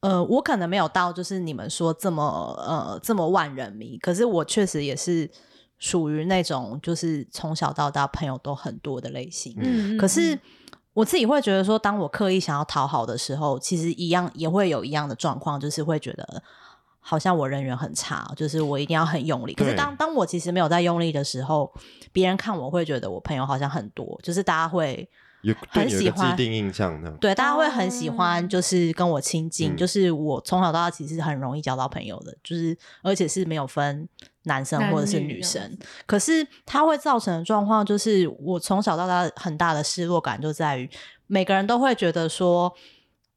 呃，我可能没有到就是你们说这么呃这么万人迷，可是我确实也是属于那种就是从小到大朋友都很多的类型。嗯可是我自己会觉得说，当我刻意想要讨好的时候，其实一样也会有一样的状况，就是会觉得好像我人缘很差，就是我一定要很用力。可是对当当我其实没有在用力的时候，别人看我会觉得我朋友好像很多，就是大家会有对很你有一喜个既欢定印象呢。对大家会很喜哦欢，就是跟我亲近。嗯就是我从小到大其实很容易交到朋友的，就是而且是没有分男生男或者是女女这样生。可是它会造成的状况，就是我从小到大很大的失落感就在于，每个人都会觉得说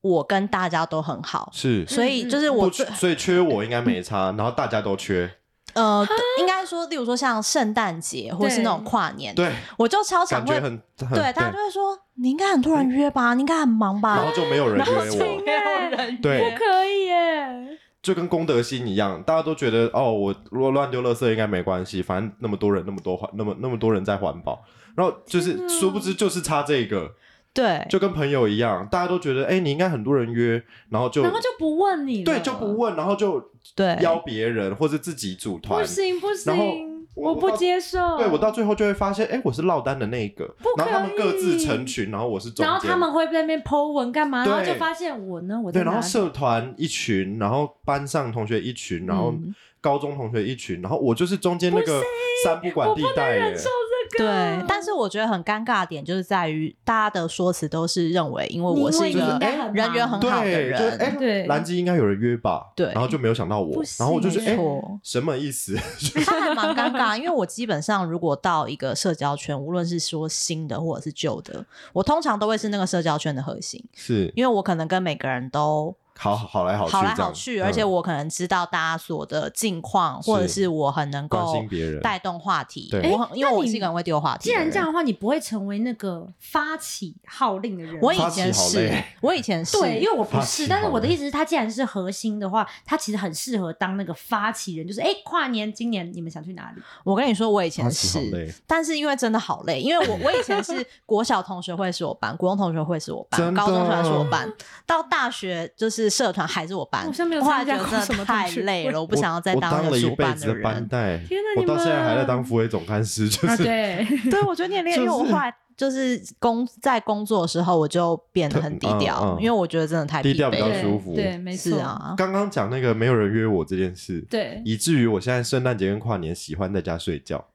我跟大家都很好，是，所嗯以就是我不 最所以缺我应该没差，然后大家都缺，呃，应该说，例如说像圣诞节或是那种对跨年，对，我就超常感会觉很很对大家就会说你应该很多人约吧，你应该很忙吧，然后就没有人然后约就哦我，没有人对约，可以耶，就跟功德心一样，大家都觉得哦，我如果乱丢垃圾应该没关系，反正那么多人，那么多环，那么那么多人在环保，然后就是殊不知就是差这个， 对就跟朋友一样，大家都觉得哎、你应该很多人约，然后就然后就不问你了，对就不问，然后就对，邀别人或者自己组不团，行不然后行，我我我不到接受，嗯对我到最后就会发现，哎、我是落单的那一个，然后他们各自成群，然后我是中间，然后他们会在那边 Po 文干嘛？对然后就发现我呢，我在对，然哪后里？社团一群，然后班上同学一群，然后嗯高中同学一群，然后我就是中间那个三不管我地不能带耶忍，受这个。对，但是我觉得很尴尬的点就是在于，大家的说辞都是认为，因为你我因是为一你应个该很人缘忙很好的对，就是哎人，，对蓝姬应该有人约吧，对然后就没有想到我不，行然后我就觉得没哎，错什么意思？ 他还蛮尴尬，因为我基本上如果到一个社交圈，无论是说新的或者是旧的，我通常都会是那个社交圈的核心，是因为我可能跟每个人都好好来好去，好来这好样去，嗯而且我可能知道大家所的近况，或者是是我很能关够心别人带动话题。对我很因为那我你是一个很会丢话题既的人。然这样的话，你不会成为那个发起号令的人吗。我发以起前好是累，我以前是，对，因为我发不起是，但是好我的了意思是，他既然是核心的话，他其实很适合当那个发起人，就是哎、跨年今年你们想去哪里？我跟你说，我以发前起好累是，但是因为真的好累，因为 我我以前是国小同学会是我班，国中同学会是我班，真的高中同学会是我班，到大学就是社团还是嗯我班。我好像没有后来参觉加得过真什么的同太学累会了，我不我想要再我当当一个了一主辈办子的班人。带，天哪我你到们现在还在当副委总干事，就啊，是对， 对，我觉 得你很厉害，因为我后来就是工在工作的时候，我就变得很低嗯调，嗯因为我觉得真的太低疲调比惫较了对舒服对，没是错，啊，刚刚讲那个没有人约我这件事，对，以至于我现在圣诞节跟跨年喜欢在家睡觉，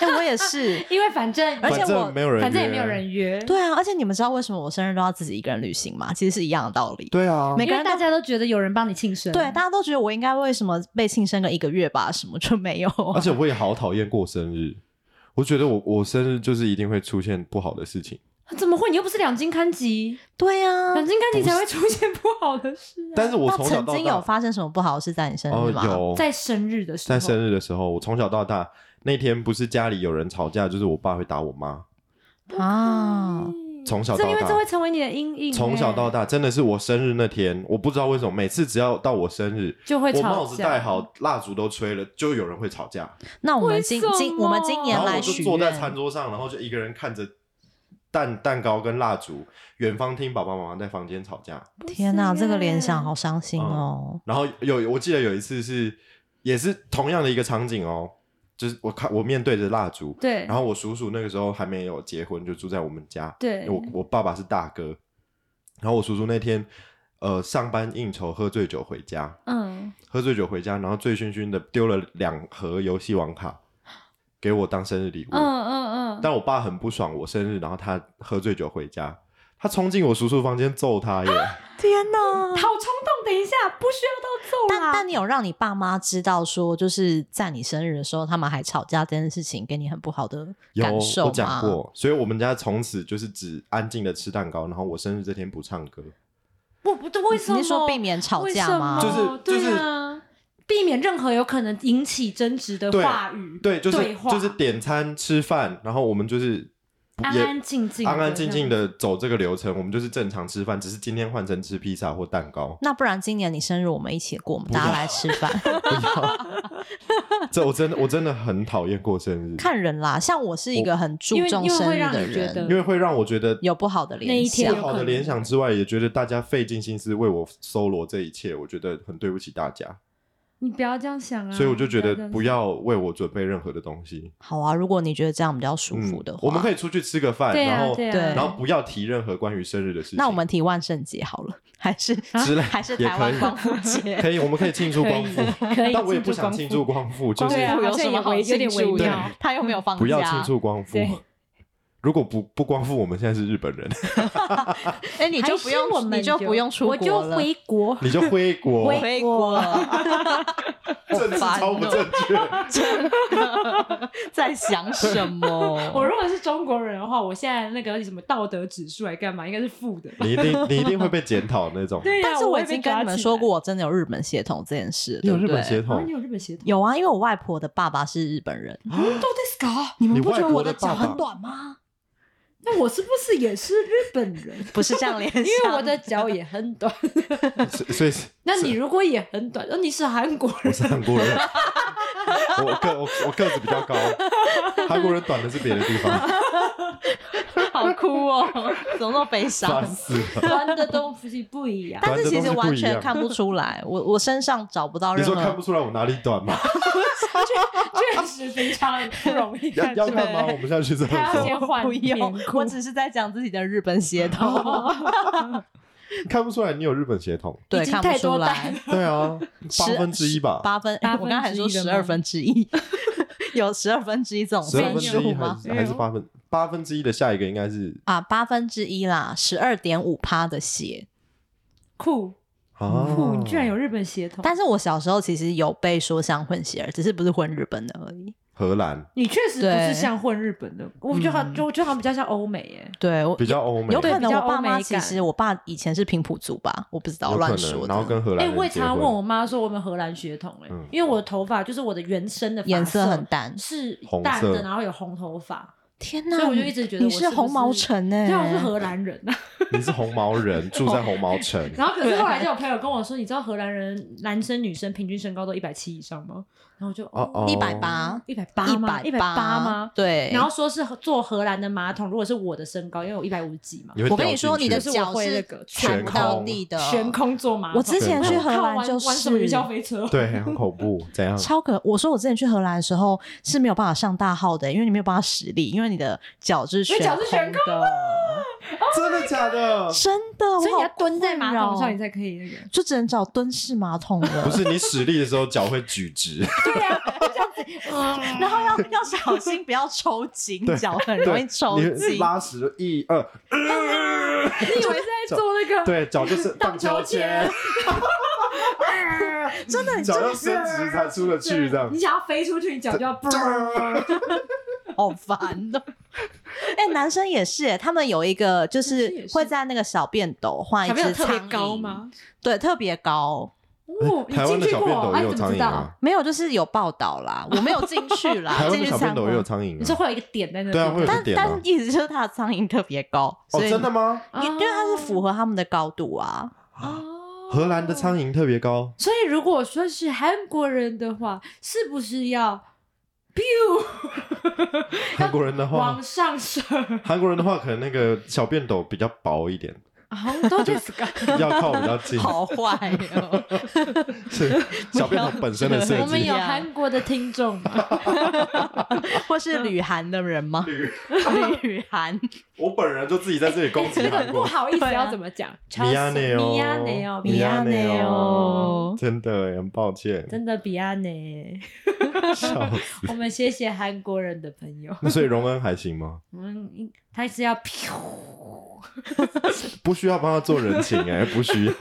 但哎我也是。 因为反正而且反我正没有人约，反正也没有人约，对啊，而且你们知道为什么我生日都要自己一个人旅行吗？其实是一样的道理。对啊，每因个为人都大家都觉得有人帮你庆生，对，大家都觉得我应该为什么被庆生个一个月吧，什么就没有啊、而且我也好讨厌过生日，我觉得我我生日就是一定会出现不好的事情，啊怎么会？你又不是两金刊集， 对呀、两金刊集才会出现不好的事啊、但是我那从小曾到经有大发生什么不好的事在你身哦上吗？有在生日的时候，在生日的时候，我从小到大那天不是家里有人吵架，就是我爸会打我妈，啊，从小到这因为这大会。成为你的阴影、欸从小到大大，真的是我生日那天，我不知道为什么，每次只要到我生日，就会我吵架，帽子戴好，蜡烛都吹了，就有人会吵架。那我们为今什今么我们今年然后来我就许坐在餐愿，桌上，然后就一个人看着蛋蛋糕跟蜡烛，远方听爸爸妈妈在房间吵架。天哪、这个联想好好，伤嗯心哦。然后有我记得有一次是也是同样的一个场景哦，就是我看我面对着蜡烛，对，然后我叔叔那个时候还没有结婚，就住在我们家。对，我我爸爸是大哥，然后我叔叔那天呃上班应酬喝醉酒回家，嗯，喝醉酒回家，然后醉醺醺的丢了两盒游戏王卡给我当生日礼物。啊嗯嗯嗯，但我爸很不爽我生日，然后他喝醉酒回家，他冲进我叔叔房间揍他耶！天哪！好冲动，等一下，不需要到揍嗯但啦。但你有让你爸妈知道说，就是在你生日的时候，他们还吵架这件事情，给你很不好的有感受我讲吗？过，所以我们家从此就是只安静的吃蛋糕，然后我生日这天不唱歌，我不对，为什么？你是说避免吵架吗。为什么就是就是对啊，避免任何有可能引起争执的对话语，对，就是对话就是点餐吃饭，然后我们就是不安也安静静，安安静静。的走这个流程，我们就是正常吃饭，只是今天换成吃披萨或蛋糕那不然今年你生日我们一起过，我们大家来吃饭。 这我真的我真的很讨厌过生日，看人啦，像我是一个很注因为重因为生会日让的你觉人，得因为会让我觉得有不好的那联一天想不。好的联想之外，也觉得大家费尽心思为我搜罗这一切，我觉得很对不起大家，你不要这样想啊。所以我就觉这得样不想。要为我准备任何的东西。好啊，如果你觉得这样比较舒服的话，嗯我们可以出去吃个饭，对啊然后对啊然后不要提任何关于生日的事情。那我们提万圣节好了，还是啊之类还是也台可湾以光复节？ 可以，我们可以啊庆祝光复，可以 但我也不庆祝光想复庆祝光复，就是对啊光复有好像什么也好微有点庆祝微的妙他又没有放假，不要庆祝光复对。 如果不不光复，我们现在是日本人，哎，你就不用还是我们你就不用出我国就了，回国。你就回国，回回国， 政治超不正确。 在想什 我么？如果是中国人的话，我现在那个什么道德指数来干嘛？应该是负的。你一定你一定会被检讨那种。对呀、啊但是我我已经跟你们说过，，我真的有日本血统这件事，你有对不日对本血啊，统你，有日本血统，啊有啊，因为我外婆的爸爸是日本人，都在 ska。哦啊你你们不外觉得国我的的爸脚爸很短吗？那我是不是也是日本 人？不是这样联想，因为我的脚也很 短。所以所以是那你如果也很短，哦那你是韩国我人，是韩国人，我个我我个子比较高，韩国人短的是别的地方， 好 哭哦，怎么那么悲伤烦？死了。穿的东西不一样。但是其实完短全的东西不一样看不出来，我我身上找不到你任说看不何。出来我哪里短吗？确实非常不容易要看出要来。干嘛？我们现在去厕 他要所，先换啊不哦用面，我 只是在讲自己的日本血统，看不出来你有日本血统。对，已经看不太出多来代，对啊，八十分之一吧，八分，八我刚才还说分之一十了二吗分之一， 有十二分之一这种十二分分之数一吗还？是还是八分？八分之一的下一个应该是啊，八分之一啦，十二点五趴的血。酷啊，酷，哦你居然有日本血统，但是我小时候其实有被说像混血儿，只是不是混日本的而已。荷兰你确实不对是像混日本的，我觉得好，嗯就我觉得好像比较像欧美耶。对，我比较欧美，有可对能比较我爸欧美妈其感实我爸以前是平埔族吧，我不知道有可乱能说的。然后跟荷兰哎，人我也结常常婚问我妈说我们荷兰血统哎嗯，因为我的头发就是我的原生的发颜色很淡是红淡色的，然后有红头发，天所哪，以我就一直觉得你我是不红毛是城哎、对啊，我是荷 兰人啊。你是红毛人，住在红毛城，然后可是后来就有朋友跟我说，你知道荷兰人男生女生平均身高都一百七以上吗？然后我就哦哦，哦，一百八，一百八一吗？百一百八吗？对，然后。说是坐荷兰的马桶，如果是我的身高，因为我一百五十几嘛，你会我跟掉你说，进你的去是我脚会是那个看不到地的，悬空坐马桶。我之前去荷兰就看玩玩什么是云霄飞车哦，对很恐怖，怎样？超可。我说我之前去荷兰的时候是没有办法上大号的，因为你没有办法实力，因为你的脚是悬因为脚是悬空啊的，真的假的？真的，所以你我要好蹲在马桶困上，扰你才可以那 个。就只能找蹲式马桶不了。是你使力的时候脚会举直，对呀，就这样子，嗯然后要要小心，不要抽筋，脚很容对，易抽你筋。拉屎就一二，呃 你以为是在做那 个？ 对，脚就是荡荡秋秋千嗯千， 真的，你脚真要的伸直才出得去，这样你。想要飞出去，你脚就要嘣。好烦哦的。 哎、男生也是耶，他们有一个就男生是也是会在那个小便斗画一小朋友只特别苍蝇，高吗？对，特别高。哦，你哎台湾进的去小过便斗哦？也哎，有你怎苍么知蝇道？啊啊，没有，就是有报道啦，我没有进去啦， 台湾进的去小便参斗也有观。苍蝇你是啊，会有一个点在那边？对啊会有但点啊但是意思就是它的苍蝇特别高，哦，所以、真的吗？因因啊为它是符合他们的高度啊。哦荷兰的苍蝇特别 高，所以如果说是韩国人的话，是不是要韩国人的话往，上升？韩国人的话可能那个小便斗比较薄一点，啊，都 就是个。要靠比较近，好坏哦！ 是小便斗本身的设我们计有。韩国的听 众吗？或是旅韩的人吗？旅旅韩，我本人就自己在这里攻击哎这个韩不国，好意思对啊要怎么讲？ 米亚内哦，米亚内哦，米米亚亚内内哦哦，真的耶很抱歉，真的比亚内。 笑死。 我们谢谢韩国人的朋友， 那所以荣恩还行吗？我们他是要噗不需要帮他做人情哎，不 需要。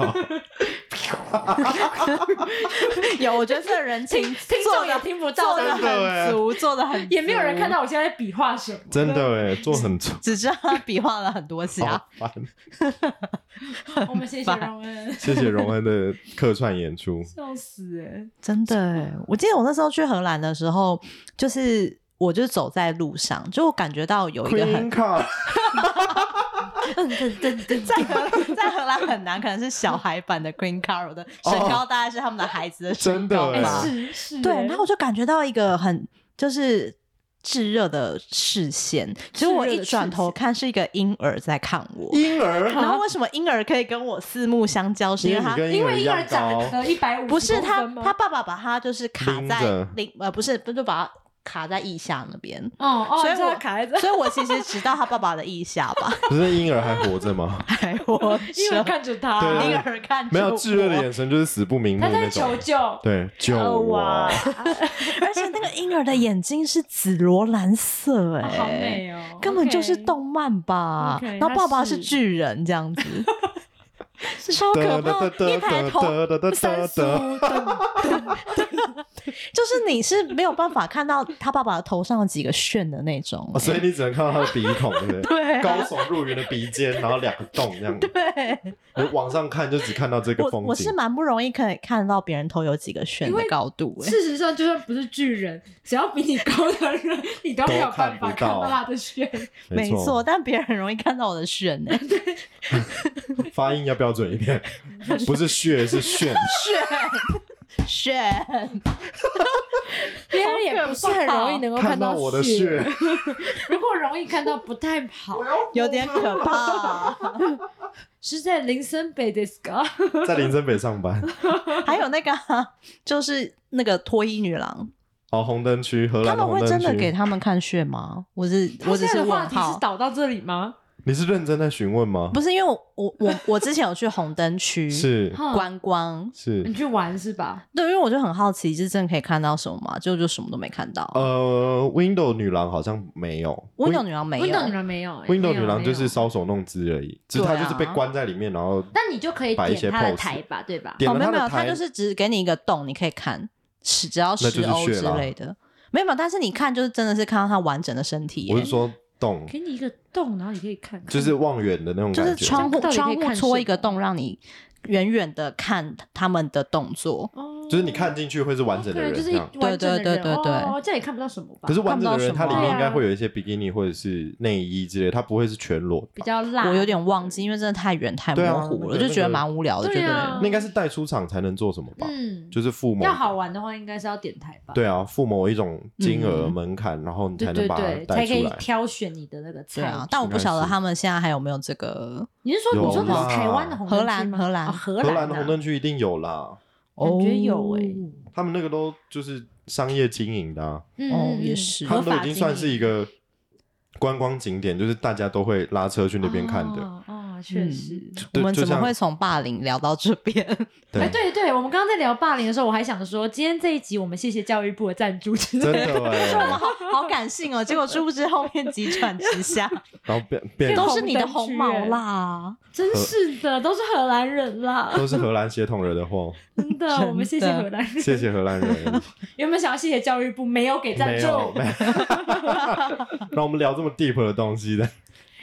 有，我觉得这个人情听 听做众也的听不到做的的，真的欸很足，做的很，也没有人看，到我现在在比划什么。真的哎，做很重，只知道他比划了很多下。好烦。我们谢谢荣 恩，谢谢荣恩的客串演出，笑死哎！真的欸，我记得我那时候去荷兰的时候，就是。我就走在路上，就感觉到有一个很 Queen Card 在荷在荷兰很难，可能是小孩版的 Queen Carol 的身高大概是他们的孩子的身哦真的高欸吧？是是欸，对，然后我就感觉到一个很就是炙热的视线，结果我一转头看是一个婴儿在看我。婴 儿，然后为什么婴儿可以跟我四目相交？是因因为为他你跟婴因儿为一婴样儿高长，得一百五，不是他，他爸爸把他就是卡拎在着零呃不是不就把他卡在腋下那边，哦哦，所以你知道我卡在这， 所以我其实知道他爸爸的腋下吧，不是婴儿还活着吗？ 哎还活因为着。看着他，对婴儿看着没有炙热的我眼神就是死不瞑目他那在求种。救，对，啊救哦我！哇，而且那个婴儿的眼睛是紫罗兰色、哎、好美哦，根本就是动动。漫吧。 OK，然后爸爸他是是巨人这 样子，超可得得怕得！一得抬得头，得得得三得十得，五等就是你是没有办法看到他爸爸头上几个旋的那种、哦所以你只能看到他的鼻孔，对不对？对高啊、耸入云的鼻尖，然后两个洞这样。对，我往上看就只看到这个我风我是景。蛮不容易可以看到别人头有几个旋因的为高度、哎，事实上，就算不是巨人，只要比你高的人，你都没有办法都看不看到到他的血。没错，，但别人很容易看到我的旋、哎， 发音要标准一点，不是血是炫。旋旋。 别人也不是很容易能够看到到我的血，血，如果容易看到不太好。有点可 怕。是在林森北的 s c a 在林森北上班，还有那个啊、就是那个脱衣女郎，哦，红灯区，荷他兰的们会红真灯的给区。他们看血吗？我是我只现在的话问题是号，导到这里吗？你是认真在询问吗？不是因为我我我 我之前有去红灯区是哼观光，你是，去玩是吧？对，因为我就很好奇，是真的可以看到什么嘛？就就什么都没看到。呃，Window 女郎好像没有温柔女郎没有， Window 女郎没有欸 Window 没有女郎就没是有搔首弄姿而已，只是对啊她就是被关在里面，然后但你就可以摆一点些他的 pose，台吧，对吧？点哦，了没有她没有，的他台就，是只给你一个洞，你可以看十只要那就十是欧血之啦类的，没有没有，但是你看就是真的是看到她完整的身体耶、我是说洞，给你一个洞，然后你可以看，就是望远的那种就是感觉。窗户到底可窗以户看戳什一个么洞，让你远远的看他们的动作。哦就是你看进去会是完整的对，人，哦就这是一样。完整的人对对对对对哦，这样也看不到什么吧？可是完整的人，它看不到什么里面应该会有一些比基尼或者是内衣之类，它不会是全裸。比较辣，我有点忘记，因为真的太远太对啊模糊了，那个就觉得那个蛮无聊的，对对啊了。那应该是带出场才能做什么吧？嗯，就是附某要好玩的话，应该是要点台吧？对啊，附某一种金额嗯门槛，然后你对才能对把它对，带才出可以来。挑选你的那个对菜。啊，但我不晓得应该是他们现在还有没有这个你是说你说的有啦是台湾的红灯荷区兰吗荷兰哦荷荷兰兰的的红灯区一定有啦，哦感觉有哎，他们那个都就是商业经营的、啊，嗯哦嗯也嗯是他合们都已法经算是一个观光景点，就是大家都会拉车去那边看的。哦哦，确嗯实。我对们就怎么像会从霸凌聊到这 边？哎，对，对对，我们刚刚在聊霸凌的时候，我还想说，今天这一集我们谢谢教育部的赞助之真类的，的哎、我们好好感性哦，结果殊不知后面急转直 下，然后变变都是你的红毛啦。真是的，都是荷兰人 啦，都是荷兰血统惹的 祸，真的，真我们谢谢的荷兰人。谢谢荷兰人。原本想要谢谢教育部，没有给 赞没助，有，没有。 让我们聊这么 deep 的东西的，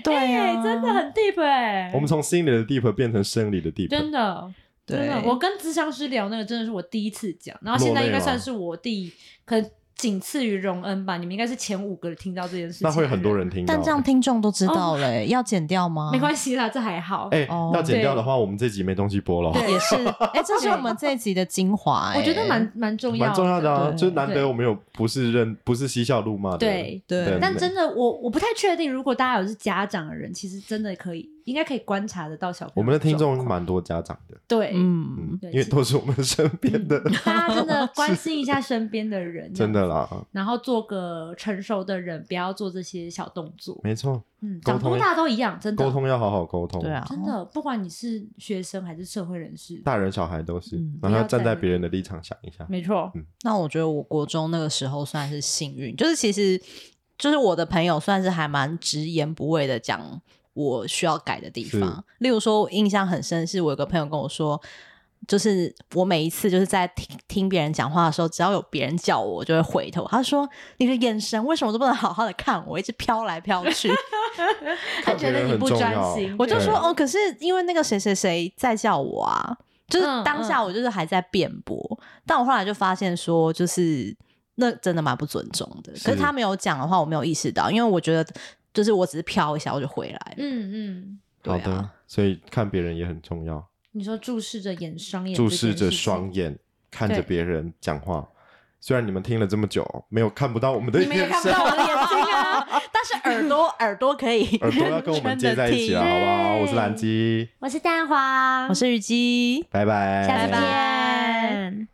对哎啊，真的很 deep 哎，我们从心里的 deep 变成生理的 deep。真的。真对的，，我跟智商师聊那个真的是我第一次讲，然后现在应该算是我第可能仅次于荣恩吧，你们应该是前五个听到这件事情。那会很多。人听到。但这样听众都知道了，欸要剪掉吗？哦没关系啦，这还好。哎、哦要剪掉的话，我们这集没东西播了 哦。也是，哎，这是我们这一集的精华，哎我觉得蛮蛮重要，蛮重要的啊，对就是难得我们有不是认不是嬉笑怒骂的，对对对但真的，我我不太确定，如果大家有是家长的人，其实真的可以，应该可以观察得到小朋友。我们的听众蛮多家长的， 对，嗯，对嗯因为都是我们身边的，大家真的关心一下身边的人， 真的啦，然后做个成熟的人，不要做这些小动作。没错，嗯，沟长通多大都一样，真的沟通要好好沟通，对啊，真的，不管你是学生还是社会人士，大人小孩都是嗯，然后要站不要在再别人的立场想一下，没错，那我觉得我国中那个时候算是幸运，就是其实就是我的朋友算是还蛮直言不讳的讲我需要改的地是方。例如说，我印象很深是我有个朋友跟我说。就是我每一次就是在听听别人讲话的时候，只要有别人叫我，我就会回头。他说：“你的眼神为什么都不能好好的看我，一直飘来飘去？”他觉得你不专心，我就对说哦，可是因为那个谁谁谁在叫我啊，就是嗯当下我就是还在辩驳，但我后来就发现说，就是那真的蛮不尊重的。是可是他没有讲的话，我没有意识到，因为我觉得就是我只是飘一下我就回来了。嗯嗯，对好啊的，所以看别人也很重要，你说注视着眼双眼，注视着双，眼看着对别人讲话。虽然你们听了这么久，没有看不到我们的你眼们也看不神，到我的眼睛 啊！但是耳朵耳朵可以，耳朵要跟我们接在一起了，啊真的好听不好？我是蓝姬，我是蛋黄，我是虞姬，拜拜，下次拜拜见。